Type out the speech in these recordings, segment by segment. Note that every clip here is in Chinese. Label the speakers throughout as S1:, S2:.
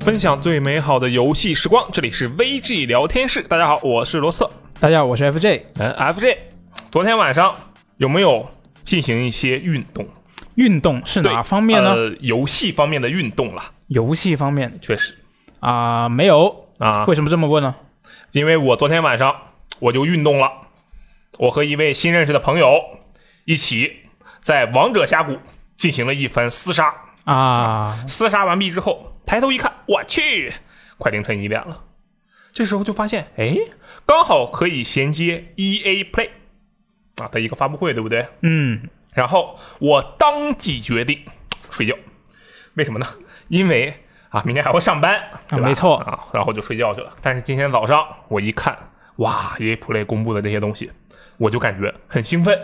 S1: 分享最美好的游戏时光。这里是 VG 聊天室，大家好，我是罗斯特。
S2: 大家好，我是 FJ。
S1: 嗯，FJ，昨天晚上有没有进行一些运动？
S2: 运动是哪
S1: 对
S2: 方面呢？
S1: 呃，游戏方面的运动啦，
S2: 游戏方面
S1: 确实
S2: 啊、没有。
S1: 啊，
S2: 为什么这么问呢？
S1: 因为我昨天晚上我就运动了，我和一位新认识的朋友一起在王者峡谷进行了一番厮杀。
S2: 啊，
S1: 厮杀完毕之后，抬头一看，我去，快凌晨一点了。这时候就发现，哎，刚好可以衔接 EA Play 啊的一个发布会，对不对？
S2: 嗯，
S1: 然后我当即决定睡觉，为什么呢？因为啊，明天还要上班，对吧？
S2: 没错
S1: 啊，然后就睡觉去了。但是今天早上我一看，哇，EA Play 公布的这些东西，我就感觉很兴奋。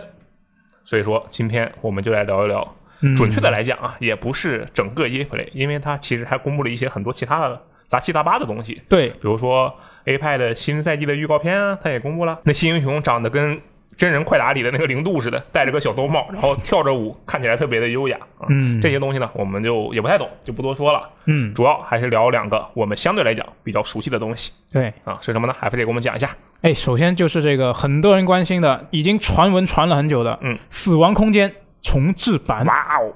S1: 所以说，今天我们就来聊一聊。
S2: 嗯
S1: 准确的来讲啊，也不是整个 EA Play，因为它其实还公布了一些很多其他的杂七杂八的东西，
S2: 对，
S1: 比如说 A 派的新赛季的预告片啊，它也公布了。那新英雄长得跟真人快打里的那个零度似的，戴着个小兜帽，然后跳着舞，看起来特别的优雅啊。
S2: 嗯
S1: 这些东西呢，我们就也不太懂，就不多说了。
S2: 嗯，
S1: 主要还是聊两个我们相对来讲比较熟悉的东西
S2: 对。
S1: 啊，是什么呢？还非得给我们讲一下。
S2: 哎，首先就是这个很多人关心的，已经传闻传了很久的，
S1: 嗯
S2: 死亡空间》重置版，
S1: 哇哦，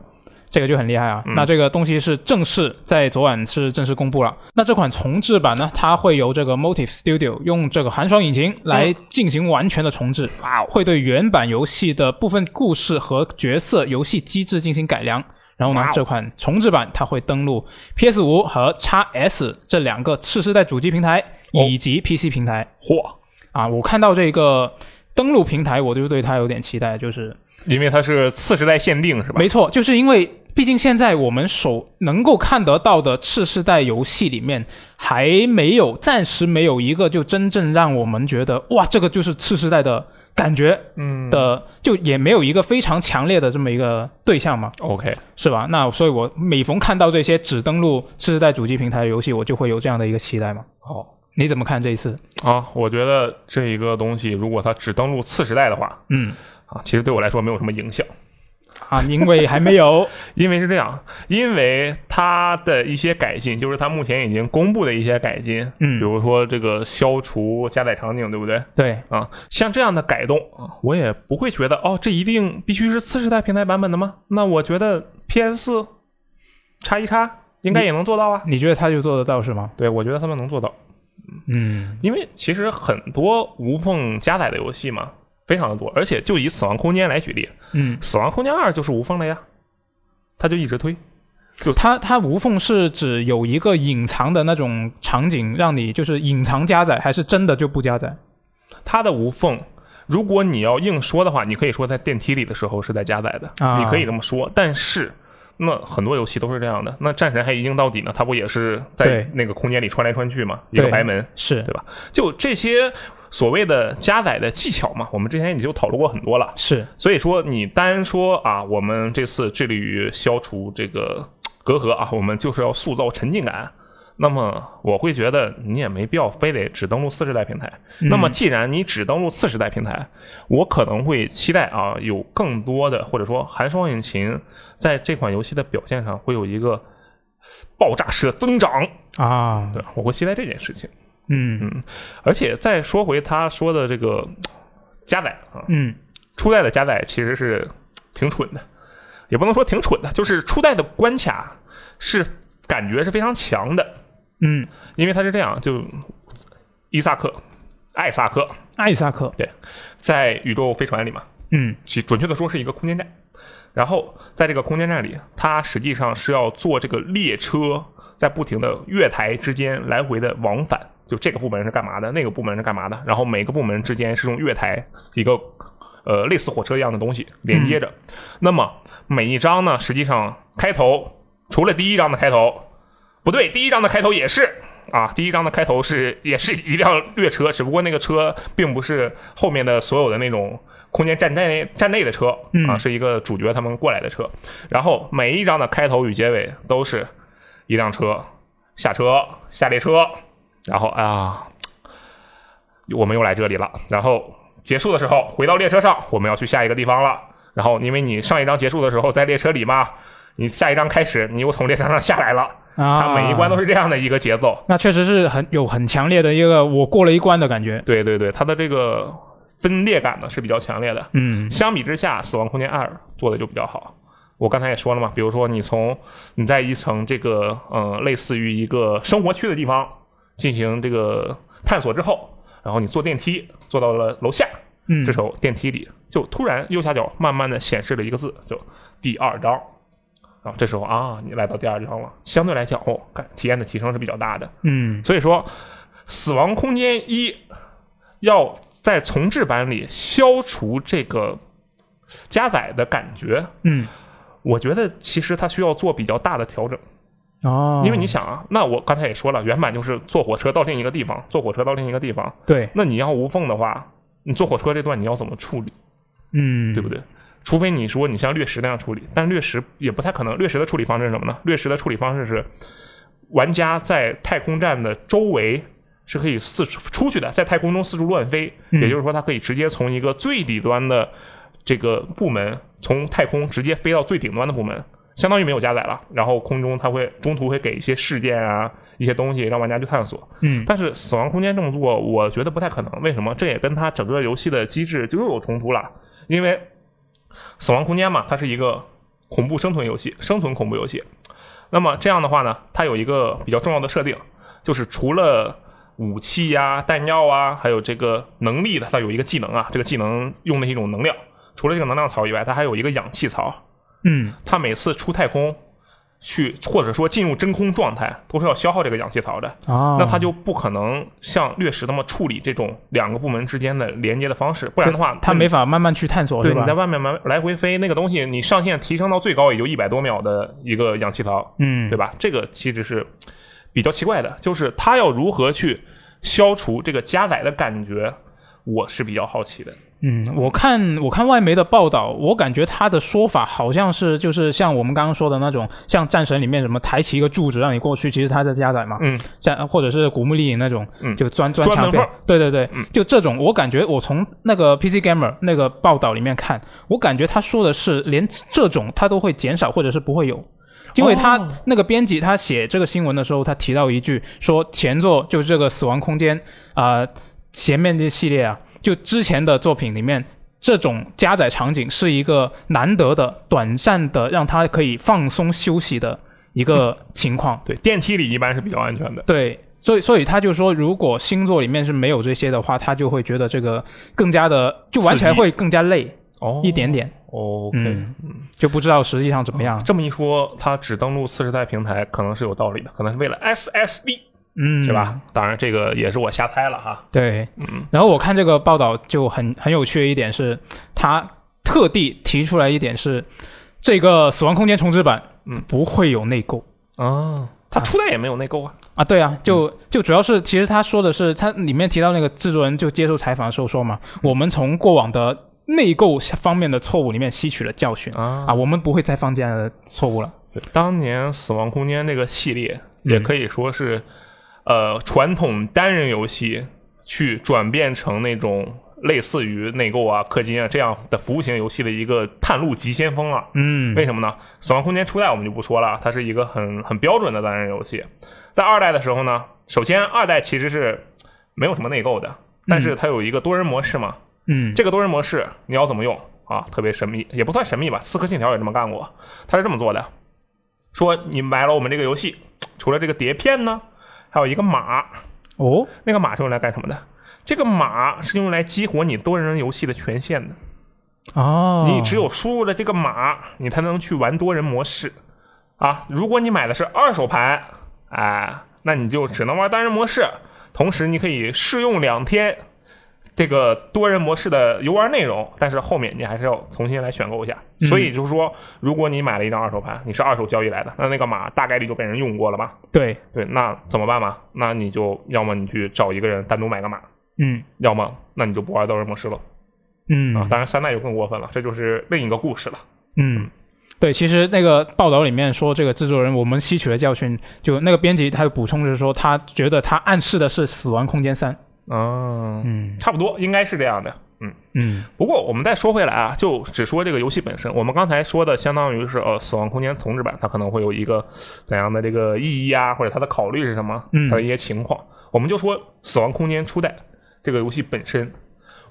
S2: 这个就很厉害啊。
S1: 嗯
S2: 那这个东西是正式在昨晚是正式公布了。那这款重置版呢，它会由这个 Motive Studio 用这个寒霜引擎来
S1: 嗯
S2: 进行完全的重置，
S1: 哇哦，
S2: 会对原版游戏的部分故事和角色、游戏机制进行改良。然后呢
S1: 哇哦，
S2: 这款重置版它会登陆 PS 5和 XS 这两个次世代主机平台
S1: 哦
S2: 以及 PC 平台。
S1: 嚯！
S2: 啊，我看到这个登录平台，我就对它有点期待，就是
S1: 因为它是次时代限定是吧？
S2: 没错，就是因为毕竟现在我们手能够看得到的次世代游戏里面，还没有暂时没有一个就真正让我们觉得哇，这个就是次世代的感觉
S1: 嗯
S2: 的，就也没有一个非常强烈的这么一个对象嘛，
S1: ，OK，
S2: 是吧？那所以我每逢看到这些只登录次世代主机平台的游戏，我就会有这样的一个期待嘛。
S1: 好。
S2: 你怎么看这一次？
S1: 啊，我觉得这一个东西，如果它只登录次时代的话，
S2: 嗯，
S1: 啊，其实对我来说没有什么影响，
S2: 啊，因为还 没有，
S1: 因为是这样，因为它的一些改进，就是它目前已经公布的一些改进，
S2: 嗯
S1: 比如说这个消除加载场景，对不对？
S2: 对，
S1: 啊，像这样的改动，啊我也不会觉得哦，这一定必须是次时代平台版本的吗？那我觉得 PS 四叉一叉应该也能做到啊。
S2: 你觉得他就做得到是吗？
S1: 对，我觉得他们能做到。
S2: 嗯，
S1: 因为其实很多无缝加载的游戏嘛，非常的多，而且就以《死亡空间》来举例，
S2: 嗯
S1: 《死亡空间二》就是无缝的呀，它就一直推。
S2: 它它无缝是指有一个隐藏的那种场景，让你就是隐藏加载，还是真的就不加载？
S1: 它的无缝，如果你要硬说的话，你可以说在电梯里的时候是在加载的，
S2: 啊
S1: 你可以这么说。但是那很多游戏都是这样的，那战神还一镜到底呢，它不也是在
S2: 对
S1: 那个空间里穿来穿去嘛，一个
S2: 对
S1: 白门，
S2: 是
S1: 对吧？就这些所谓的加载的技巧嘛，我们之前也就讨论过很多了。
S2: 是，
S1: 所以说，你单说啊，我们这次致力于消除这个隔阂啊，我们就是要塑造沉浸感。那么我会觉得你也没必要非得只登录次世代平台。那么既然你只登录次世代平台，我可能会期待啊，有更多的或者说寒霜引擎在这款游戏的表现上会有一个爆炸式的增长。
S2: 啊，
S1: 对，我会期待这件事情。
S2: 嗯
S1: 而且再说回他说的这个加载啊，
S2: 嗯
S1: 初代的加载其实是挺蠢的，也不能说挺蠢的，就是初代的关卡是感觉是非常强的，
S2: 嗯，
S1: 因为它是这样，就伊萨克、艾萨克
S2: 艾萨克，
S1: 在宇宙飞船里嘛，
S2: 嗯
S1: 其准确的说是一个空间站，然后在这个空间站里，它实际上是要坐这个列车在不停的月台之间来回的往返，就这个部门是干嘛的，那个部门是干嘛的，然后每个部门之间是用月台一个呃类似火车一样的东西连接着。那么每一章呢，实际上开头除了第一章的开头，不对，第一章的开头也是。啊，第一章的开头是也是一辆列车，只不过那个车并不是后面的所有的那种空间站内站内的车、啊，
S2: 嗯
S1: 是一个主角他们过来的车。然后每一章的开头与结尾都是一辆车下车下列车，然后啊，我们又来这里了。然后结束的时候回到列车上，我们要去下一个地方了。然后因为你上一章结束的时候在列车里嘛，你下一章开始你又从列车上下来了，
S2: 啊，
S1: 它每一关都是这样的一个节奏。
S2: 那确实是很有很强烈的一个我过了一关的感觉。
S1: 对对对，它的这个分裂感呢是比较强烈的。
S2: 嗯
S1: 相比之下，《死亡空间二》做的就比较好。我刚才也说了嘛，比如说你从你在一层这个呃类似于一个生活区的地方进行这个探索之后，然后你坐电梯坐到了楼下，
S2: 嗯，
S1: 这时候电梯里就突然右下角慢慢的显示了一个字，就第二章。然后这时候啊，你来到第二章了，相对来讲哦，感体验的提升是比较大的。
S2: 嗯
S1: 所以说，《死亡空间一》要在重置版里消除这个加载的感觉，
S2: 嗯
S1: 我觉得其实它需要做比较大的调整，
S2: 哦，
S1: 因为你想啊，那我刚才也说了，原版就是坐火车到另一个地方，坐火车到另一个地方，
S2: 对
S1: 那你要无缝的话，你坐火车这段你要怎么处理，
S2: 嗯
S1: 对不对？除非你说你像掠食那样处理，但掠食也不太可能。掠食的处理方式是什么呢？掠食的处理方式是，玩家在太空站的周围是可以四处出去的，在太空中四处乱飞，
S2: 嗯
S1: 也就是说，它可以直接从一个最底端的这个部门，从太空直接飞到最顶端的部门，相当于没有加载了。然后空中它会中途会给一些事件啊一些东西让玩家去探索，
S2: 嗯
S1: 但是《死亡空间》这么做，我觉得不太可能。为什么？这也跟它整个游戏的机制就又有冲突了。因为《死亡空间》嘛，它是一个恐怖生存游戏，生存恐怖游戏。那么这样的话呢，它有一个比较重要的设定，就是除了武器呀、弹药啊，还有这个能力的，它有一个技能啊，这个技能用的是一种能量。除了这个能量槽以外，它还有一个氧气槽。
S2: 嗯
S1: 它每次出太空去，或者说进入真空状态，都是要消耗这个氧气槽的。
S2: 哦，
S1: 那他就不可能像掠食那么处理这种两个部门之间的连接的方式，不然的话，
S2: 他
S1: 那
S2: 没
S1: 你
S2: 法慢慢去探索，
S1: 对
S2: 是
S1: 你
S2: 吧
S1: 在？外面来来回飞那个东西，你上限提升到最高也就一百多秒的一个氧气槽，
S2: 嗯，
S1: 对
S2: 吧？
S1: 吧？这个其实是比较奇怪的，就是他要如何去消除这个加载的感觉，我是比较好奇的。
S2: 嗯，我看我看外媒的报道，我感觉他的说法好像是就是像我们刚刚说的那种，像战神里面什么抬起一个柱子让你过去，其实他在加载嘛，
S1: 嗯，
S2: 像呃或者是古墓丽影那种，
S1: 嗯
S2: 就钻
S1: 专
S2: 钻墙
S1: 门
S2: 壁
S1: 缝儿，嗯
S2: 对对对，就这种，我感觉我从那个 PC Gamer 那个报道里面看，我感觉他说的是连这种他都会减少或者是不会有。因为他
S1: 哦
S2: 那个编辑他写这个新闻的时候，他提到一句说前作就是这个《死亡空间》啊、呃前面这系列啊，就之前的作品里面，这种加载场景是一个难得的、短暂的，让他可以放松休息的一个情况。
S1: 对，电梯里一般是比较安全的。
S2: 对，所以所以他就说，如果星座里面是没有这些的话，他就会觉得这个更加的，就玩起来
S1: 刺激
S2: 会更加累
S1: 哦
S2: 一点点，
S1: OK，、
S2: 嗯就不知道实际上怎么样。
S1: 这么一说，它只登录次世代平台可能是有道理的，可能是为了 SSD
S2: 嗯，
S1: 是吧？？当然，这个也是我瞎猜了哈。
S2: 对，
S1: 嗯
S2: 然后我看这个报道就很很有趣的一点是，他特地提出来一点是，这个《死亡空间》重置版，
S1: 嗯，
S2: 不会有内购。
S1: 啊，它初代也没有内购啊。
S2: 啊，对啊，就就主要是，其实他说的是，他里面提到那个制作人就接受采访的时候说嘛，
S1: 嗯
S2: 我们从过往的内购方面的错误里面吸取了教训
S1: 啊
S2: 啊，我们不会再犯这样的错误了。
S1: 对当年《死亡空间》这个系列也可以说是，呃，传统单人游戏去转变成那种类似于内购啊、氪金啊这样的服务型游戏的一个探路急先锋啊。
S2: 嗯
S1: 为什么呢？《死亡空间》初代我们就不说了，它是一个很很标准的单人游戏。在二代的时候呢，首先二代其实是没有什么内购的，但是它有一个多人模式嘛，
S2: 嗯，
S1: 这个多人模式你要怎么用啊？特别神秘，也不算神秘吧，《刺客信条》也这么干过，他是这么做的：说你买了我们这个游戏，除了这个碟片呢，还有一个马，
S2: 哦，
S1: 那个马是用来干什么的？这个马是用来激活你多人游戏的权限的，
S2: 哦，
S1: 你只有输入了这个码，你才能去玩多人模式啊。如果你买的是二手盘，哎，那你就只能玩单人模式，同时你可以试用两天这个多人模式的游玩内容，但是后面你还是要重新来选购一下。所以就是说，如果你买了一张二手盘，你是二手交易来的，那那个码大概率就被人用过了吧？
S2: 对，
S1: 对，那怎么办嘛？那你就要么你去找一个人单独买个码，
S2: 嗯
S1: 要么那你就不玩多人模式了
S2: 嗯
S1: 啊。当然，三代就更过分了，这就是另一个故事了。
S2: 嗯，对，其实那个报道里面说，这个制作人我们吸取了教训，就那个编辑他有补充就是说，他觉得他暗示的是《死亡空间三》。
S1: 嗯，
S2: 嗯
S1: 差不多应该是这样的。
S2: 嗯
S1: 不过我们再说回来啊，就只说这个游戏本身。我们刚才说的相当于是呃，《死亡空间》重置版，它可能会有一个怎样的这个意义啊，或者它的考虑是什么，
S2: 嗯
S1: 它的一些情况。我们就说《死亡空间》初代这个游戏本身，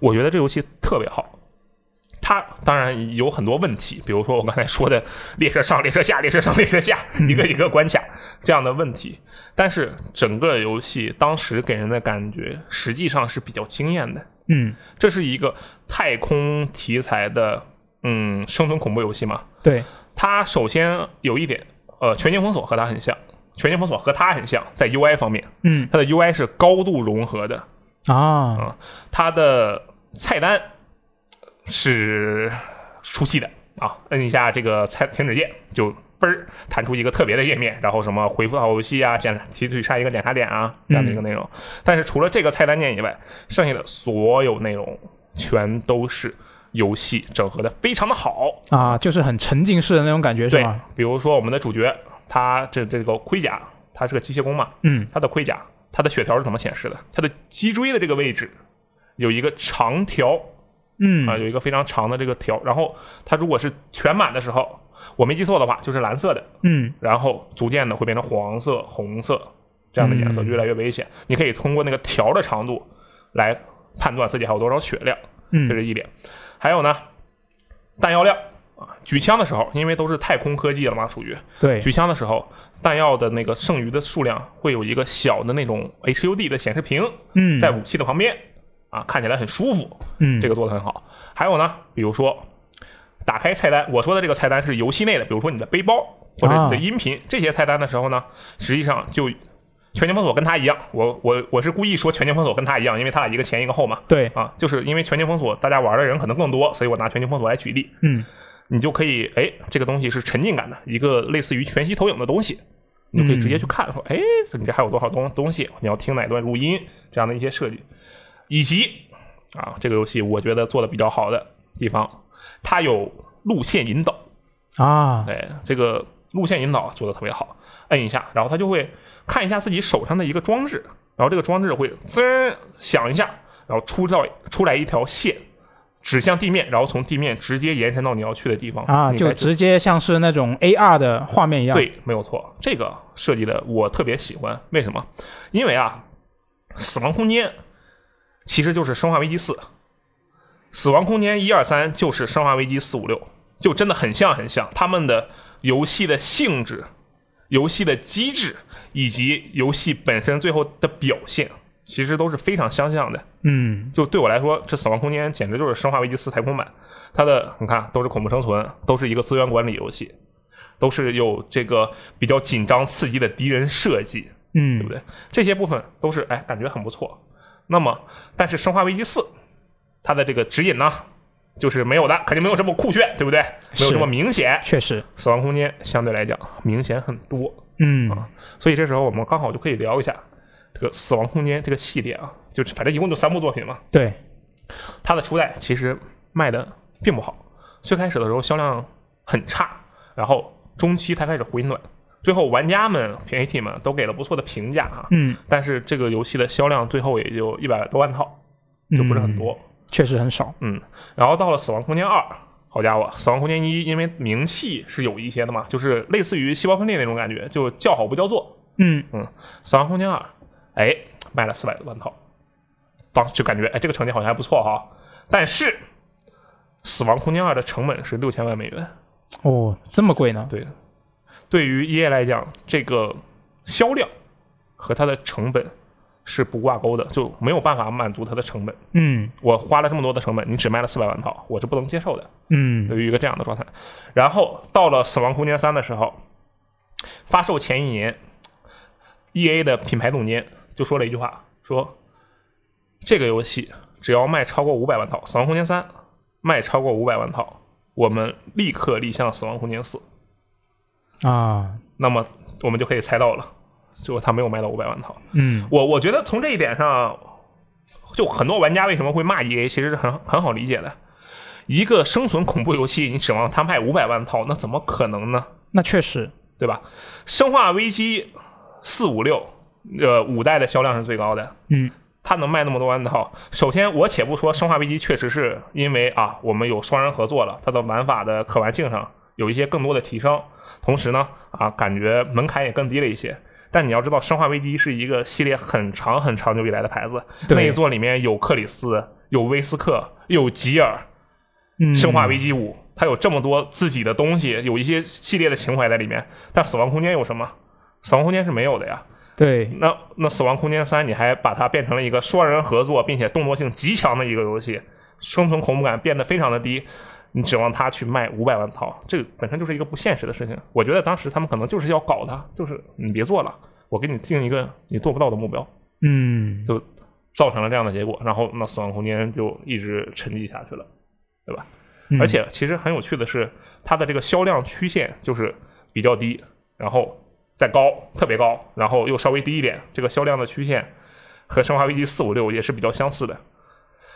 S1: 我觉得这游戏特别好。它当然有很多问题，比如说我刚才说的列车上、列车下、列车上、列车下，
S2: 嗯
S1: 一个一个关卡这样的问题。但是整个游戏当时给人的感觉，实际上是比较惊艳的。
S2: 嗯，
S1: 这是一个太空题材的嗯生存恐怖游戏嘛。
S2: 对，
S1: 它首先有一点，呃，《全境封锁》和它很像，《全境封锁》和它很像，在 UI 方面，
S2: 嗯
S1: 它的 UI 是高度融合的，
S2: 啊，
S1: 它的菜单是出戏的啊，摁一下这个菜停止键就嘣儿弹出一个特别的页面，然后什么回复到游戏啊，检提取下一个检查点啊这样的一个内容。但是除了这个菜单键以外，剩下的所有内容全都是游戏整合的非常的好。
S2: 啊，就是很沉浸式的那种感觉是
S1: 对
S2: 吧？，
S1: 比如说我们的主角，他这这个盔甲，他是个机械工嘛，
S2: 嗯
S1: 它的盔甲，它的血条是怎么显示的？它的脊椎的这个位置有一个长条
S2: 嗯
S1: 啊、有一个非常长的这个条。然后它如果是全满的时候，我没记错的话，就是蓝色的，
S2: 嗯
S1: 然后逐渐的会变成黄色、红色这样的颜色，
S2: 嗯
S1: 越来越危险。你可以通过那个条的长度来判断自己还有多少血量，这
S2: 嗯
S1: 是一点。还有呢，弹药量啊，举枪的时候，因为都是太空科技了嘛，属于
S2: 对，
S1: 举枪的时候，弹药的那个剩余的数量会有一个小的那种 HUD 的显示屏
S2: 嗯
S1: 在武器的旁边，啊，看起来很舒服，
S2: 嗯
S1: 这个做的很好。还有呢，比如说打开菜单，我说的这个菜单是游戏内的，比如说你的背包或者你的音频、这些菜单的时候呢，实际上就全境封锁跟它一样，我我我是故意说全境封锁跟它一样，因为它俩一个前一个后嘛，
S2: 对，
S1: 啊，就是因为全境封锁大家玩的人可能更多，所以我拿全境封锁来举例，
S2: 嗯
S1: 你就可以，哎，这个东西是沉浸感的一个类似于全息投影的东西，你就可以
S2: 嗯
S1: 直接去看，说，哎，你这还有多少东东西？你要听哪段录音？这样的一些设计，以及啊，这个游戏我觉得做的比较好的地方，它有路线引导，
S2: 啊，
S1: 哎，这个路线引导做的特别好，摁一下，然后它就会看一下自己手上的一个装置，然后这个装置会滋儿响一下，然后出到出来一条线。指向地面，然后从地面直接延伸到你要去的地方
S2: 啊，
S1: 你
S2: 就
S1: 该
S2: 直接像是那种 AR 的画面一样。，
S1: 对，没有错，这个设计的我特别喜欢。为什么？因为啊，《死亡空间》其实就是《生化危机四》，《死亡空间》一二三就是《生化危机四五六》，就真的很像很像。他们的游戏的性质、游戏的机制以及游戏本身最后的表现，其实都是非常相像的。
S2: 嗯
S1: 就对我来说，这《死亡空间》简直就是《生化危机四》太空版。它的你看，都是恐怖生存，都是一个资源管理游戏，都是有这个比较紧张刺激的敌人设计，对
S2: 嗯
S1: 不对？这些部分都是哎，感觉很不错。那么，但是《生化危机四》它的这个指引呢，就是没有的，肯定没有这么酷炫，对不对？没有
S2: 是
S1: 这么明显。
S2: 确实，
S1: 《死亡空间》相对来讲明显很多，
S2: 嗯
S1: 所以这时候我们刚好就可以聊一下这个《死亡空间》这个系列啊，就是反正一共就三部作品嘛。
S2: 对，
S1: 它的初代其实卖的并不好，最开始的时候销量很差，然后中期才开始回暖，最后玩家们、媒体们都给了不错的评价啊。
S2: 嗯
S1: 但是这个游戏的销量最后也就一百多万套，就不是很多。
S2: 嗯确实很少。
S1: 嗯然后到了《死亡空间二》，好家伙，《死亡空间一》因为名气是有一些的嘛，就是类似于细胞分裂那种感觉，就叫好不叫座。
S2: 嗯
S1: 《死亡空间二》，哎，卖了四百多万套，当时就感觉哎，这个成绩好像还不错哈。但是，《死亡空间二》的成本是六千万美元，
S2: 哦，这么贵呢？
S1: 对，对于 EA 来讲，这个销量和它的成本是不挂钩的，就没有办法满足它的成本。
S2: 嗯
S1: 我花了这么多的成本，你只卖了四百万套，我是不能接受的。
S2: 嗯
S1: 对于一个这样的状态。然后到了《死亡空间三》的时候，发售前一年，E A 的品牌总监就说了一句话，说这个游戏只要卖超过五百万套，《死亡空间三》卖超过五百万套，我们立刻立项《死亡空间四》。
S2: 啊，
S1: 那么我们就可以猜到了，就他没有卖到五百万套。
S2: 嗯
S1: 我我觉得从这一点上，就很多玩家为什么会骂 EA，其实是很很好理解的。一个生存恐怖游戏，你指望它卖五百万套，那怎么可能呢？
S2: 那确实，
S1: 对吧？生化危机四五六，呃，五代的销量是最高的，
S2: 嗯
S1: 它能卖那么多万套，首先我且不说《生化危机》确实是因为啊，我们有双人合作了，它的玩法的可玩性上有一些更多的提升，同时呢啊，感觉门槛也更低了一些。但你要知道，《生化危机》是一个系列很长很长久以来的牌子，
S2: 对
S1: 那一座里面有克里斯，有威斯克，有吉尔，
S2: 嗯
S1: 《生化危机五》，它有这么多自己的东西，有一些系列的情怀在里面。但《死亡空间》有什么？《死亡空间》是没有的呀。
S2: 对，
S1: 那那《死亡空间三》，你还把它变成了一个双人合作，并且动作性极强的一个游戏，生存恐怖感变得非常的低。你指望它去卖五百万套，这个本身就是一个不现实的事情。我觉得当时他们可能就是要搞它，就是你别做了，我给你定一个你做不到的目标，
S2: 嗯，
S1: 就造成了这样的结果。然后那《死亡空间》就一直沉寂下去了，对吧？
S2: 嗯
S1: 而且其实很有趣的是，它的这个销量曲线就是比较低，然后再高，特别高，然后又稍微低一点，这个销量的曲线和《生化危机四五六》也是比较相似的。《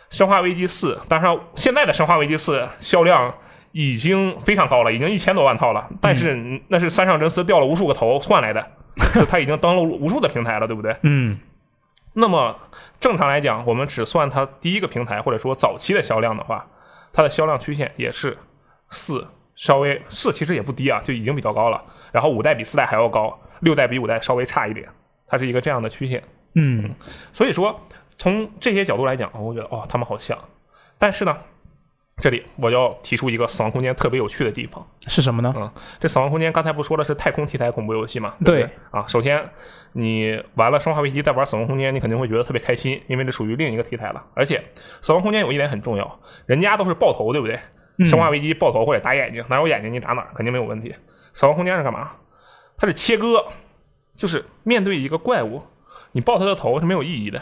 S1: 生化危机四》，当然现在的《生化危机四》销量已经非常高了，已经一千多万套
S2: 嗯
S1: 了，但是那是三上真司掉了无数个头换 来的，就它已经登陆无数的平台了，对不对？
S2: 嗯，
S1: 那么正常来讲，我们只算它第一个平台或者说早期的销量的话，它的销量曲线也是四，稍微四其实也不低啊，就已经比较高了。然后五代比四代还要高，六代比五代稍微差一点，它是一个这样的曲线。
S2: 嗯，
S1: 所以说，从这些角度来讲，我觉得哦，他们好像。但是呢，这里我要提出一个《死亡空间》特别有趣的地方。
S2: 是什么呢？
S1: 嗯，这《死亡空间》刚才不说了是太空题材恐怖游戏嘛？不
S2: 对
S1: 啊，首先你玩了《生化危机》，再玩《死亡空间》，你肯定会觉得特别开心，因为这属于另一个题材了。而且《死亡空间》有一点很重要，人家都是爆头，对不对？生化危机》爆头或者打眼睛，哪有眼睛你打哪儿，肯定没有问题。《死亡空间》是干嘛？它是切割，就是面对一个怪物，你爆它的头是没有意义的，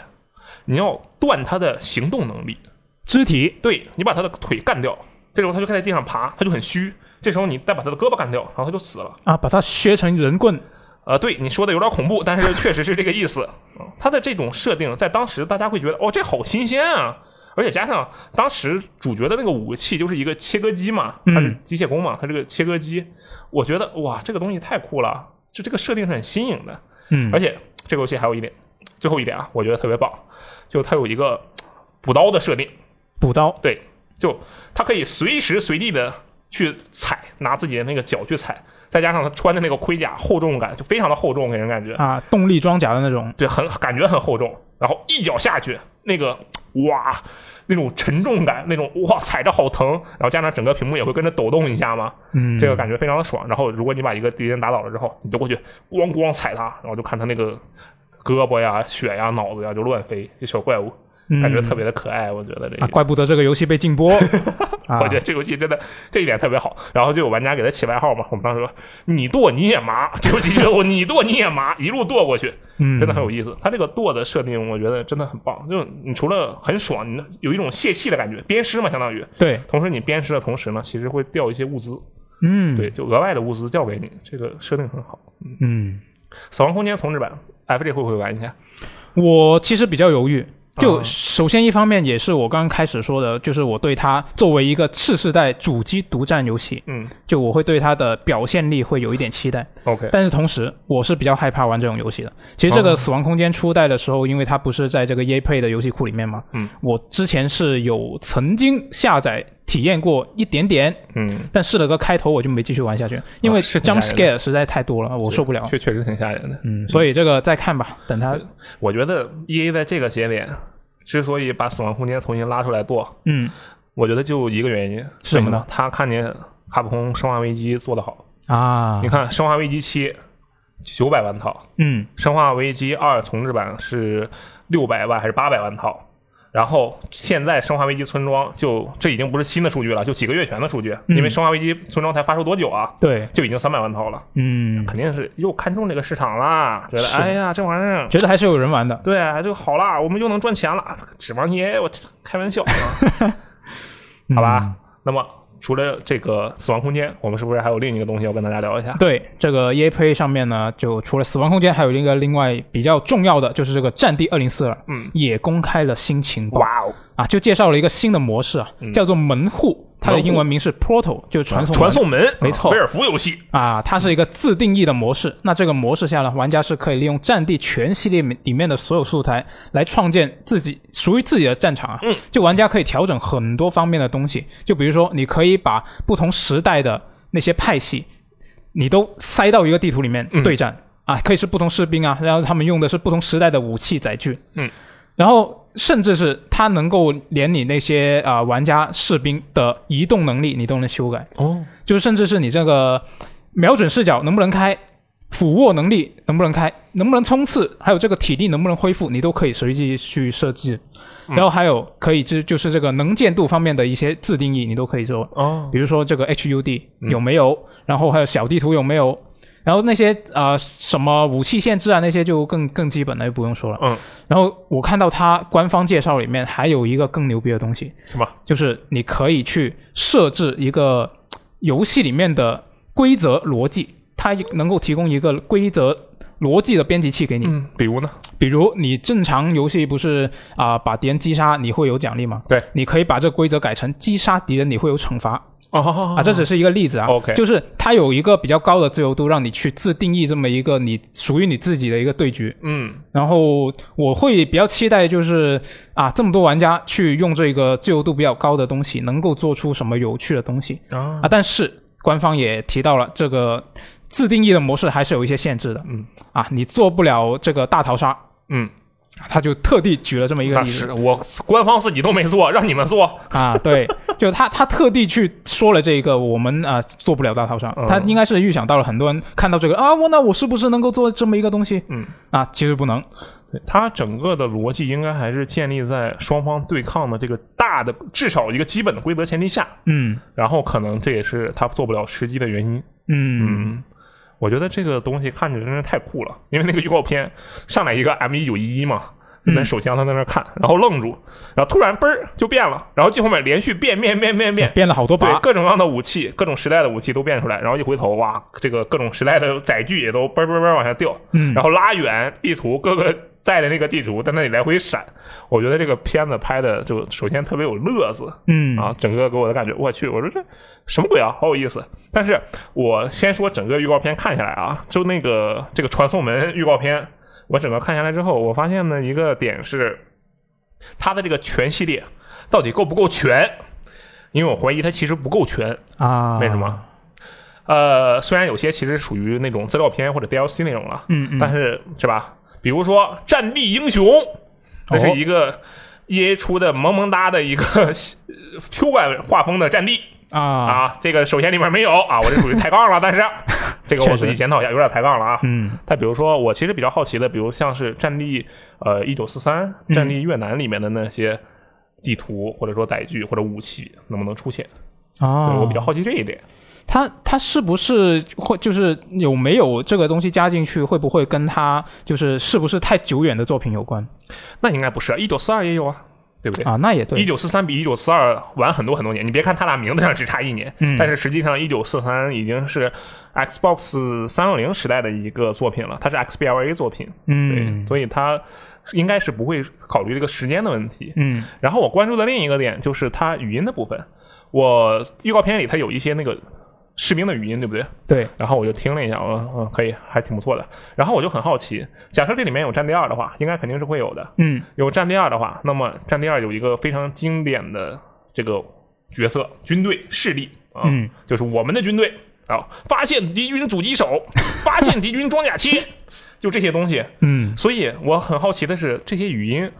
S1: 你要断它的行动能力。
S2: 肢体，
S1: 对你把他的腿干掉，这时候他就开始在地上爬，他就很虚。这时候你再把他的胳膊干掉，然后他就死了。
S2: 啊，把它削成人棍，
S1: 呃，对你说的有点恐怖，但是确实是这个意思。嗯他的这种设定在当时大家会觉得，哦，这好新鲜啊！而且加上当时主角的那个武器就是一个切割机嘛，它是机械工嘛，它这个切割机，我觉得哇，这个东西太酷了，就这个设定是很新颖的。
S2: 嗯
S1: 而，且这个游戏还有一点，最后一点啊，我觉得特别棒，就它有一个补刀的设定。
S2: 补刀，
S1: 对，就他可以随时随地的去踩，拿自己的那个脚去踩，再加上他穿的那个盔甲厚重感就非常的厚重，给人感觉，
S2: 啊，动力装甲的那种，
S1: 对，很感觉很厚重。然后一脚下去，那个哇，那种沉重感，那种哇踩着好疼，然后加上整个屏幕也会跟着抖动一下嘛，
S2: 嗯，
S1: 这个感觉非常的爽。然后如果你把一个敌人打倒了之后，你就过去咣咣踩他，然后就看他那个胳膊呀、血呀、脑子呀就乱飞，这小怪物感觉特别的可爱，我觉得这个
S2: 嗯啊，怪不得这个游戏被禁 播，啊
S1: 我觉得这游戏真的这一点特别好。然后就有玩家给他起外号嘛，我们当时说你剁你也麻，这游戏之后你剁你也麻，一路剁过去，
S2: 嗯
S1: 真的很有意思。他这个剁的设定，我觉得真的很棒，就是你除了很爽，你有一种泄气的感觉，鞭尸嘛，相当于。
S2: 对，
S1: 同时你鞭尸的同时呢，其实会掉一些物资，
S2: 嗯，
S1: 对，就额外的物资掉给你，这个设定很好。
S2: 嗯，
S1: 死亡空间重置版，FJ 会不会玩一下？
S2: 我其实比较犹豫。就
S1: 啊
S2: 首先一方面也是我刚刚开始说的，就是我对它作为一个次世代主机独占游戏，
S1: 嗯
S2: 就我会对它的表现力会有一点期待。
S1: ，OK，
S2: 但是同时，我是比较害怕玩这种游戏的。其实这个《
S1: 哦
S2: 死亡空间》初代的时候，因为它不是在这个 EA Play 的游戏库里面嘛，
S1: 嗯，
S2: 我之前是有曾经下载体验过一点点，
S1: 嗯，
S2: 但试了个开头我就没继续玩下去，因为
S1: 哦是挺吓
S2: jump
S1: 人
S2: scare 实在太多了，我受不了。
S1: 确确实挺吓人的。
S2: 嗯，所以这个再看吧，等它，
S1: 我觉得 E A 在这个节点之所以把死亡空间重新拉出来剁，
S2: 嗯
S1: 我觉得就一个原因
S2: 是什么呢？
S1: 为他看见卡普空《生化危机》做得好，
S2: 啊
S1: 你，看《生化危机七》九百万套，
S2: 嗯
S1: 《生化危机二》重置版是六百万还是八百万套？然后现在《生化危机村庄就》这已经不是新的数据了，就几个月前的数据，因为《生化危机村庄》才发售多久啊？
S2: 对，
S1: 就已经三百万套了，
S2: 嗯，
S1: 肯定是又看中这个市场啦，觉得
S2: 是
S1: 哎呀这玩意儿
S2: 觉得还是有人玩的。
S1: 对啊，就好啦，我们又能赚钱了。指望你，哎我开玩笑啊，好吧？那么除了这个《死亡空间》，我们是不是还有另一个东西要跟大家聊一下？
S2: 对这个 EA Play 上面呢，就除了《死亡空间》，还有一个另外比较重要的就是这个《战地二零四二》，
S1: 嗯，
S2: 也公开了新情报
S1: 哇哦，
S2: 啊，就介绍了一个新的模式啊，叫做门户它的英文名是 Portal，就是传送门
S1: 传送门，
S2: 没错
S1: 威尔福游戏，
S2: 啊，它是一个自定义的模式。那这个模式下呢，玩家是可以利用《战地》全系列里面的所有素材来创建自己属于自己的战场啊。
S1: 嗯，
S2: 就玩家可以调整很多方面的东西，就比如说，你可以把不同时代的那些派系，你都塞到一个地图里面
S1: 嗯
S2: 对战、啊，可以是不同士兵啊，然后他们用的是不同时代的武器载具。
S1: 嗯，
S2: 然后。甚至是它能够连你那些啊、呃玩家士兵的移动能力，你都能修改。
S1: 哦，
S2: 就是甚至是你这个瞄准视角能不能开，俯卧能力能不能开，能不能冲刺，还有这个体力能不能恢复，你都可以随机去设置。然后还有可以就就是这个能见度方面的一些自定义，你都可以做。
S1: 哦，
S2: 比如说这个 HUD
S1: 嗯
S2: 有没有，然后还有小地图有没有，然后那些呃什么武器限制啊那些就更更基本的就不用说了。
S1: 嗯，
S2: 然后我看到它官方介绍里面还有一个更牛逼的东西，
S1: 什么？
S2: 就是你可以去设置一个嘖游戏里面的规则逻辑，它能够提供一个规则逻辑的编辑器给你。
S1: 嗯，比如呢？
S2: 比如你正常游戏不是啊、把敌人击杀你会有奖励吗？
S1: 对，
S2: 你可以把这个规则改成击杀敌人你会有惩罚
S1: 哦
S2: 啊，这只是一个例子啊。
S1: OK
S2: 就是它有一个比较高的自由度，让你去自定义这么一个你属于你自己的一个对局。
S1: 嗯
S2: 然后我会比较期待，就是啊，这么多玩家去用这个自由度比较高的东西，能够做出什么有趣的东西
S1: 啊
S2: 啊。但是官方也提到了，这个自定义的模式还是有一些限制的。
S1: 嗯，
S2: 啊，你做不了这个大逃杀，啊
S1: 嗯，
S2: 他就特地举了这么一个
S1: 那
S2: 例子
S1: 是我官方自己都没做，让你们做，
S2: 啊，对，就他他特地去说了这一个，我们啊、做不了大逃杀，
S1: 嗯
S2: 他应该是预想到了很多人看到这个啊，我那我是不是能够做这么一个东西？
S1: 嗯，
S2: 啊，其实不能。
S1: 它整个的逻辑应该还是建立在双方对抗的这个大的至少一个基本的规则前提下，
S2: 嗯
S1: 然后可能这也是他做不了吃鸡的原因。
S2: 嗯
S1: 嗯，我觉得这个东西看着真是太酷了，因为那个预告片上来一个 M 一九一一嘛，日本手枪他在那儿看，然后愣住，然后突然嘣儿就变了，然后最后面连续变变变变变，
S2: 变了好多
S1: 嗯
S2: 把
S1: 对，各种各样的武器，各种时代的武器都变出来，然后一回头，哇，这个各种时代的载具也都 嘣嘣嘣往下掉，
S2: 嗯
S1: 然后拉远地图，各个带的那个地图在那里来回闪，我觉得这个片子拍的就首先特别有乐子，
S2: 嗯
S1: 啊，整个给我的感觉，我去，我说这什么鬼啊，好有意思。但是我先说整个预告片看下来啊，就那个这个传送门预告片，我整个看下来之后，我发现呢一个点是，它的这个全系列到底够不够全？因为我怀疑它其实不够全，
S2: 啊，
S1: 为什么？？呃，虽然有些其实属于那种资料片或者 DLC 那种了，
S2: 嗯嗯
S1: 但是是吧？比如说《战地英雄》，这是一
S2: 哦
S1: 个 EA 出的萌萌哒的一个 Q 感画风的战地
S2: 啊，
S1: 啊。这个首先里面没有啊，我这属于抬 杠了，但是这个
S2: 确
S1: 我
S2: 实
S1: 自己检讨一下，有点抬杠了啊。
S2: 嗯
S1: 但比如说，我其实比较好奇的，比如像是《战地》呃一九四三
S2: 嗯
S1: 《战地越南》里面的那些地图，或者说载具或者武器，能不能出现？对
S2: 啊，
S1: 我比较好奇这一点。
S2: 他他是不是会就是有没有这个东西加进去，会不会跟他就是是不是太久远的作品有关
S1: 那应该不是，一九四二也有啊，对不对？
S2: 啊？那也
S1: 一
S2: 对，
S1: 九四三比一九四二晚很多很多年，你别看它俩名字上只差一年，
S2: 嗯
S1: 但是实际上一九四三已经是 Xbox 三六零时代的一个作品了，它是 XBLA 作品，对，
S2: 嗯
S1: 所以它应该是不会考虑这个时间的问题。
S2: 嗯
S1: 然后我关注的另一个点就是它语音的部分，我预告片里它有一些那个士兵的语音，对不对？
S2: 对，
S1: 然后我就听了一下，我说嗯可以，还挺不错的。然后我就很好奇，假设这里面有《战地二》的话，应该肯定是会有的。
S2: 嗯
S1: 有《战地二》的话，那么《战地二》有一个非常经典的这个角色——军队势力啊，
S2: 嗯
S1: 就是我们的军队啊，发现敌军主机 手，发现敌军装甲车，就这些东西。
S2: 嗯
S1: 所以我很好奇的是，这些语音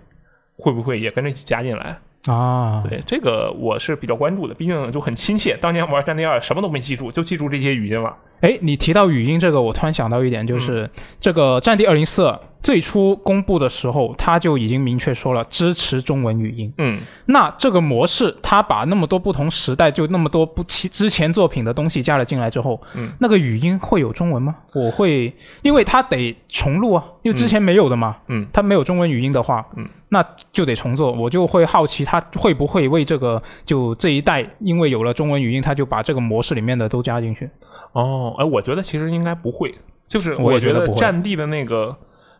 S1: 会不会也跟着一起加进来？
S2: 啊，
S1: 对，这个我是比较关注的，毕竟就很亲切。当年玩《战地二》什么都没记住，就记住这些语音了。
S2: 哎，你提到语音这个，我突然想到一点，就是、
S1: 嗯
S2: 这个《战地二零四》最初公布的时候，他就已经明确说了支持中文语音。
S1: 嗯
S2: 那这个模式，它把那么多不同时代就那么多不其之前作品的东西加了进来之后，
S1: 嗯，
S2: 那个语音会有中文吗？我会，因为它得重录啊，因为之前没有的嘛，
S1: 嗯，
S2: 它没有中文语音的话，
S1: 嗯，
S2: 那就得重做。我就会好奇，它会不会为这个就这一代，因为有了中文语音，它就把这个模式里面的都加进去。
S1: 哦，哎，我觉得其实应该不会，就是
S2: 我也
S1: 觉
S2: 觉得
S1: 得
S2: 不会
S1: 战地的那个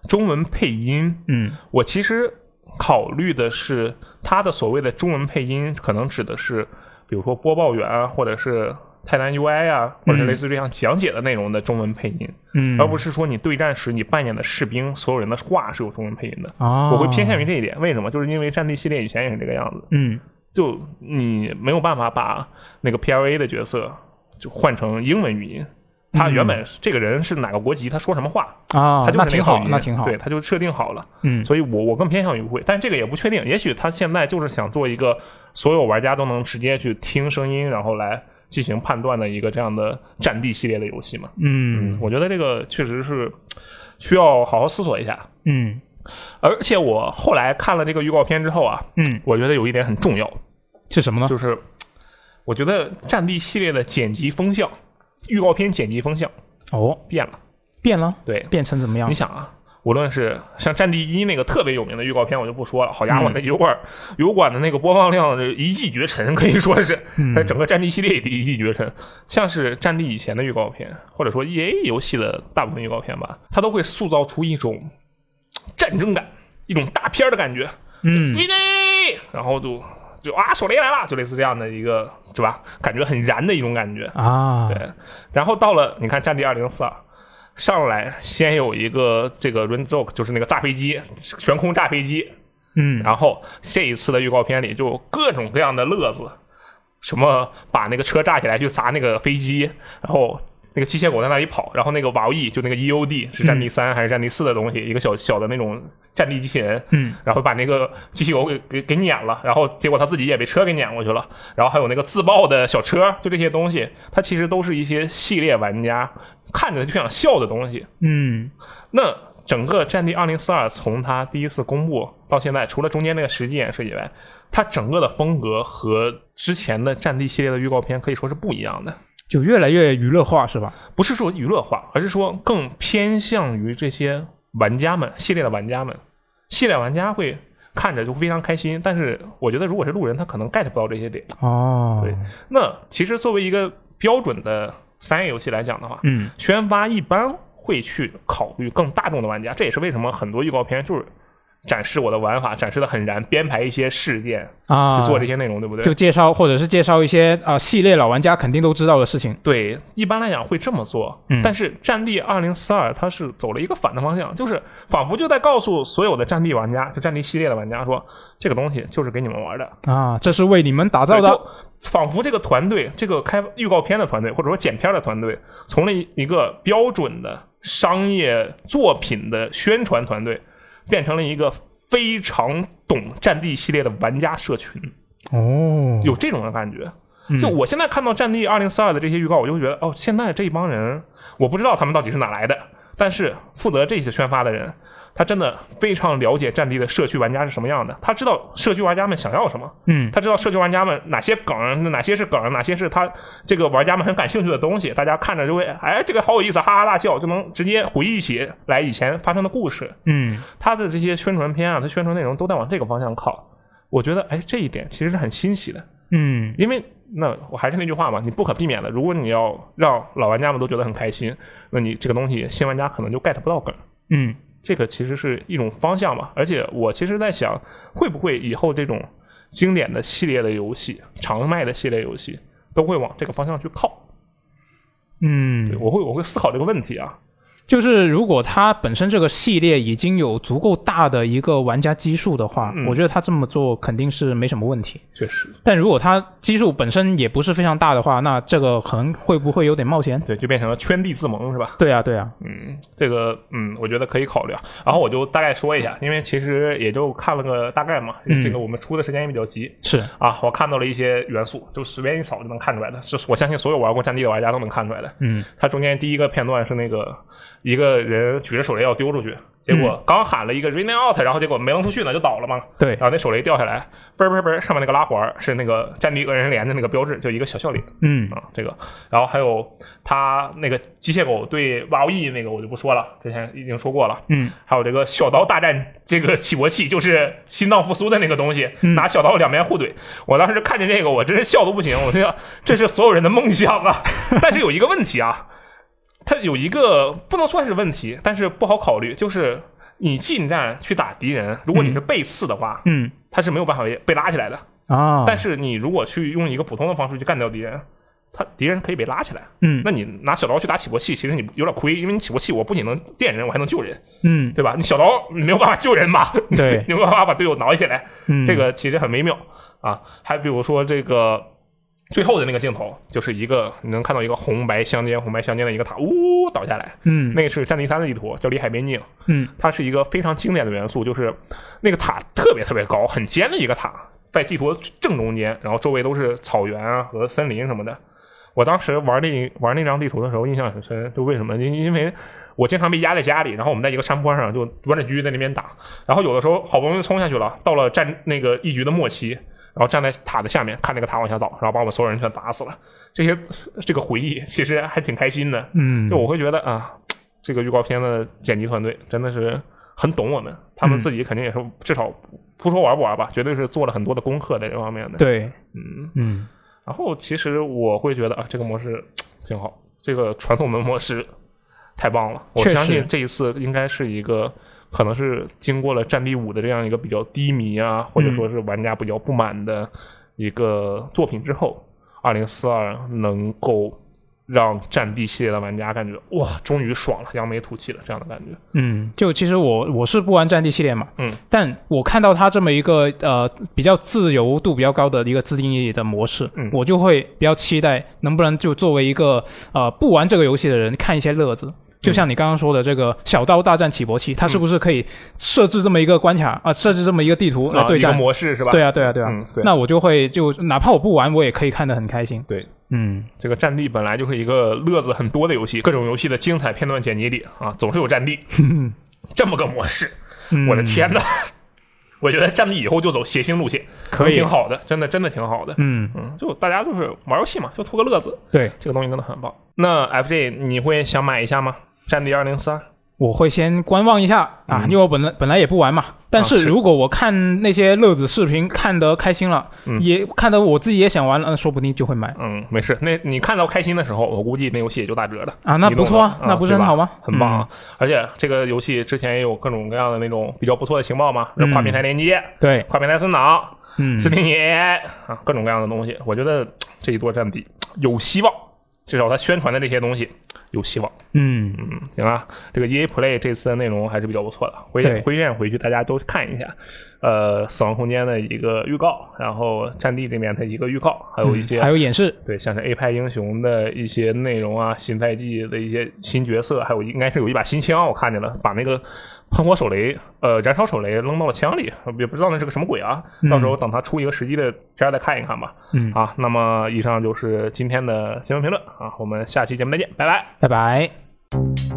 S1: 中文配音，
S2: 嗯
S1: 我其实考虑的是它的所谓的中文配音，可能指的是比如说播报员啊，或者是泰南 UI 啊，或者是
S2: 嗯
S1: 类似这样讲解的内容的中文配音，
S2: 嗯，
S1: 而不是说你对战时你扮演的士兵所有人的话是有中文配音的。
S2: 啊，
S1: 我会偏向于这一点，为什么？就是因为战地系列以前也是这个样子，
S2: 嗯
S1: 就你没有办法把那个 PLA 的角色就换成英文语音。他原本这个人是哪个国籍，他说什么话，
S2: 啊
S1: 他，就是
S2: 那
S1: 那
S2: 挺
S1: 个
S2: 好
S1: 语，音
S2: 那挺好，
S1: 对，他就设定好了。
S2: 嗯
S1: 所以我我更偏向于不会，但这个也不确定，也许他现在就是想做一个所有玩家都能直接去听声音，然后来进行判断的一个这样的战地系列的游戏嘛。
S2: 嗯
S1: 嗯，我觉得这个确实是需要好好思索一下。
S2: 嗯
S1: 而且我后来看了这个预告片之后啊，
S2: 嗯，
S1: 我觉得有一点很重要，
S2: 是什么呢？
S1: 就是我觉得战地系列的剪辑风向，预告片剪辑风向
S2: 哦，
S1: 变了。
S2: 变了，
S1: 对，
S2: 变成怎么样
S1: 你？想啊，无论是像《战地一》那个特别有名的预告片，我就不说了。好家伙，
S2: 嗯
S1: 那油管油管的那个播放量是一骑绝尘，可以说是
S2: 嗯
S1: 在整个《战地》系列里一骑绝尘。像是《战地》以前的预告片，或者说 E A 游戏的大部分预告片吧，它都会塑造出一种战争感，一种大片儿的感觉。
S2: 嗯
S1: 一雷，然后就就啊，手雷来了，就类似这样的一个，是吧？感觉很燃的一种感觉。
S2: 啊，
S1: 对，然后到了你看《战地二零四二》，上来先有一个这个 Rain Joke，就是那个炸飞机，悬空炸飞机。
S2: 嗯
S1: 然后这一次的预告片里就有各种各样的乐子，什么把那个车炸起来去砸那个飞机，然后那个机械狗在那里跑，然后那个瓦 E 就那个 EOD 是战地三还是战地四的东西，一个小小的那种战地机器人，
S2: 嗯，
S1: 然后把那个机器狗给给给碾了，然后结果他自己也被车给碾过去了，然后还有那个自爆的小车，就这些东西，它其实都是一些系列玩家看着就想笑的东西，
S2: 嗯
S1: 那整个《战地2042》从它第一次公布到现在，除了中间那个实际演示以外，它整个的风格和之前的《战地》系列的预告片可以说是不一样的。
S2: 就越来越娱乐化是吧？
S1: 不是说娱乐化，而是说更偏向于这些玩家们系列的玩家们，系列玩家会看着就非常开心。但是我觉得，如果是路人，他可能 get 不到这些点。
S2: 哦，
S1: 对，那其实作为一个标准的三 A 游戏来讲的话，
S2: 嗯
S1: 宣发一般会去考虑更大众的玩家，这也是为什么很多预告片就是展示我的玩法，展示的很燃，编排一些事件，
S2: 啊，
S1: 去做这些内容，对不对
S2: 就？介绍或者是介绍一些啊、系列老玩家肯定都知道的事情。
S1: 对，一般来讲会这么做。
S2: 嗯
S1: 但是《战地二零四二》它是走了一个反的方向，就是仿佛就在告诉所有的战地玩家，就战地系列的玩家说，这个东西就是给你们玩的，
S2: 啊，这是为你们打造
S1: 对
S2: 的。
S1: 就仿佛这个团队，这个开预告片的团队，或者说剪片的团队，从了一个标准的商业作品的宣传团队，变成了一个非常懂《战地》系列的玩家社群，
S2: 哦，
S1: 有这种的感觉。
S2: 嗯
S1: 就我现在看到《战地二零四二》的这些预告，我就会觉得，哦，现在这一帮人，我不知道他们到底是哪来的，但是负责这些宣发的人，他真的非常了解《战地》的社区玩家是什么样的，他知道社区玩家们想要什么。
S2: 嗯
S1: 他知道社区玩家们哪些梗，哪些是梗，哪些是他这个玩家们很感兴趣的东西，大家看着就会哎，这个好有意思，哈哈大笑，就能直接回忆起来以前发生的故事。
S2: 嗯
S1: 他的这些宣传片啊，他宣传内容都在往这个方向靠。我觉得哎，这一点其实是很欣喜的，
S2: 嗯
S1: 因为那我还是那句话嘛，你不可避免的，如果你要让老玩家们都觉得很开心，那你这个东西新玩家可能就 get 不到梗。
S2: 嗯
S1: 这个其实是一种方向嘛。而且我其实在想，会不会以后这种经典的系列的游戏、常卖的系列游戏，都会往这个方向去靠？对
S2: 嗯，
S1: 我会我会思考这个问题啊。
S2: 就是如果它本身这个系列已经有足够大的一个玩家基数的话，
S1: 嗯
S2: 我觉得它这么做肯定是没什么问题。
S1: 确实，
S2: 但如果它基数本身也不是非常大的话，那这个可能会不会有点冒险？
S1: 对，就变成了圈地自萌是吧？
S2: 对啊，对啊，
S1: 嗯，这个嗯，我觉得可以考虑啊。然后我就大概说一下，因为其实也就看了个大概嘛。
S2: 嗯
S1: 这个我们出的时间也比较急，
S2: 是，
S1: 啊，我看到了一些元素，就随便一扫就能看出来的，是我相信所有玩过《战地》的玩家都能看出来的。
S2: 嗯，
S1: 它中间第一个片段是那个一个人举着手雷要丢出去，结果刚喊了一个 “rain out”，然后结果没扔出去呢，就倒了嘛。
S2: 对
S1: 然，后那手雷掉下来，嘣嘣嘣，上面那个拉环是那个《战地恶人连》的那个标志，就一个小笑脸
S2: 嗯
S1: 啊。这个，然后还有他那个机械狗对 WoE 那个我就不说了，之前已经说过了。
S2: 嗯
S1: 还有这个小刀大战这个起搏器，就是心脏复苏的那个东西，
S2: 嗯
S1: 拿小刀两边互怼。我当时看见这个，我真是笑的不行，我就想这是所 有人的梦想 啊！但是有一个问题啊，它有一个不能算是问题，但是不好考虑，就是你近战去打敌人，如果你是背刺的话，
S2: 嗯，
S1: 它是没有办法被拉起来的。
S2: 啊，
S1: 但是你如果去用一个普通的方式去干掉敌人，他敌人可以被拉起来。
S2: 嗯
S1: 那你拿小刀去打起搏器，其实你有点亏，因为你起搏器我不仅能电人，我还能救人，
S2: 嗯
S1: 对吧？你小刀你没有办法救人嘛，
S2: 对
S1: 你没有办法把队友挠起来，
S2: 嗯，
S1: 这个其实很微妙啊。还比如说这个最后的那个镜头，就是一个你能看到一个红白相间、红白相间的一个塔，呜倒下来，
S2: 嗯
S1: 那个是《战地三》的地图，叫《里海边境》，
S2: 嗯
S1: 它是一个非常经典的元素，就是那个塔特别特别高，很尖的一个塔，在地图正中间，然后周围都是草原啊和森林什么的。我当时玩那玩那张地图的时候，印象很深，就为什么？因因为我经常被压在家里，然后我们在一个山坡上就弯着狙在那边打，然后有的时候好不容易冲下去了，到了战那个一局的末期，然后站在塔的下面看那个塔往下倒，然后把我们所有人全打死了。这些这个回忆其实还挺开心的，
S2: 嗯，
S1: 就我会觉得啊，这个预告片的剪辑团队真的是很懂我们，他们自己肯定也是至少不说玩不玩吧，绝对是做了很多的功课在这方面的。
S2: 对，
S1: 嗯，
S2: 嗯
S1: 然后其实我会觉得啊，这个模式挺好，这个传送门模式太棒了。我
S2: 确实
S1: 相信这一次应该是一个。可能是经过了《战地五》的这样一个比较低迷啊，或
S2: 嗯
S1: 者说是玩家比较不满的一个作品之后，二零四二能够让战地系列的玩家感觉哇，终于爽了，扬眉吐气了这样的感觉。
S2: 嗯，就其实我我是不玩战地系列嘛，
S1: 嗯，
S2: 但我看到它这么一个呃比较自由度比较高的一个自定义的模式，
S1: 嗯
S2: 我就会比较期待能不能就作为一个呃不玩这个游戏的人看一些乐
S1: 嗯
S2: 子。就像你刚刚说的这个小刀大战起搏器，它是不是可以设置这么一个关卡啊、设置这么一个地图
S1: 嗯
S2: 来
S1: 啊，
S2: 哎对
S1: 一个
S2: 战？
S1: 模式是吧？
S2: 对啊，对啊，对啊。
S1: 嗯，对。
S2: 那我就会就哪怕我不玩，我也可以看得很开心。
S1: 对，
S2: 嗯，
S1: 这个《战地》本来就是一个乐子很多的游戏，各种游戏的精彩片段剪辑里啊，总是有《战 地》这么个模式。
S2: 嗯
S1: 我的， 天呐！我觉得《战地》以后就走血腥路线，
S2: 可以
S1: 挺好的，真的真的挺好的。
S2: 嗯，
S1: 嗯，就大家就是玩游戏嘛，就图个乐子，
S2: 对，
S1: 这个东西真的很棒。那 FJ 你会想买一下吗？《战地二零四二》
S2: 我会先观望一下啊，因为我本来本来也不玩嘛。但
S1: 嗯啊
S2: 是
S1: 是
S2: 如果我看那些乐子视频看得开心了，
S1: 嗯
S2: 也看得我自己也想玩了，那说不定就会买
S1: 嗯，没事。那你看到开心的时候，我估计那游戏也就打折了。
S2: 啊。那
S1: 移
S2: 不
S1: 动
S2: 错
S1: 了啊
S2: 那不是很好吗？
S1: 很棒
S2: 嗯
S1: 啊！而且这个游戏之前也有各种各样的那种比较不错的情报嘛，比如跨平台连接、
S2: 嗯。对，
S1: 跨平台存档、
S2: 嗯
S1: 自定义 AI 啊，各种各样的东西。我觉得嘖这一波战地有希望，至少它宣传的这些东西有希望。
S2: 嗯，
S1: 嗯，行啊，这个 EA Play 这次的内容还是比较不错的，回
S2: 对
S1: 推荐回去大家都看一下。呃，死亡空间的一个预告，然后战地这边的一个预告，还有一些、
S2: 嗯还有演示，
S1: 对，像是 A 派英雄的一些内容啊，新赛季的一些新角色，还有应该是有一把新啊枪，我看见了，把那个喷火手雷，呃，燃烧手雷扔到了枪里，也不知道那是个什么鬼啊。到时候等他出一个实际的片儿再看一看吧。
S2: 嗯
S1: 啊，那么以上就是今天的新闻评论啊，我们下期节目再见，拜拜。
S2: 拜拜。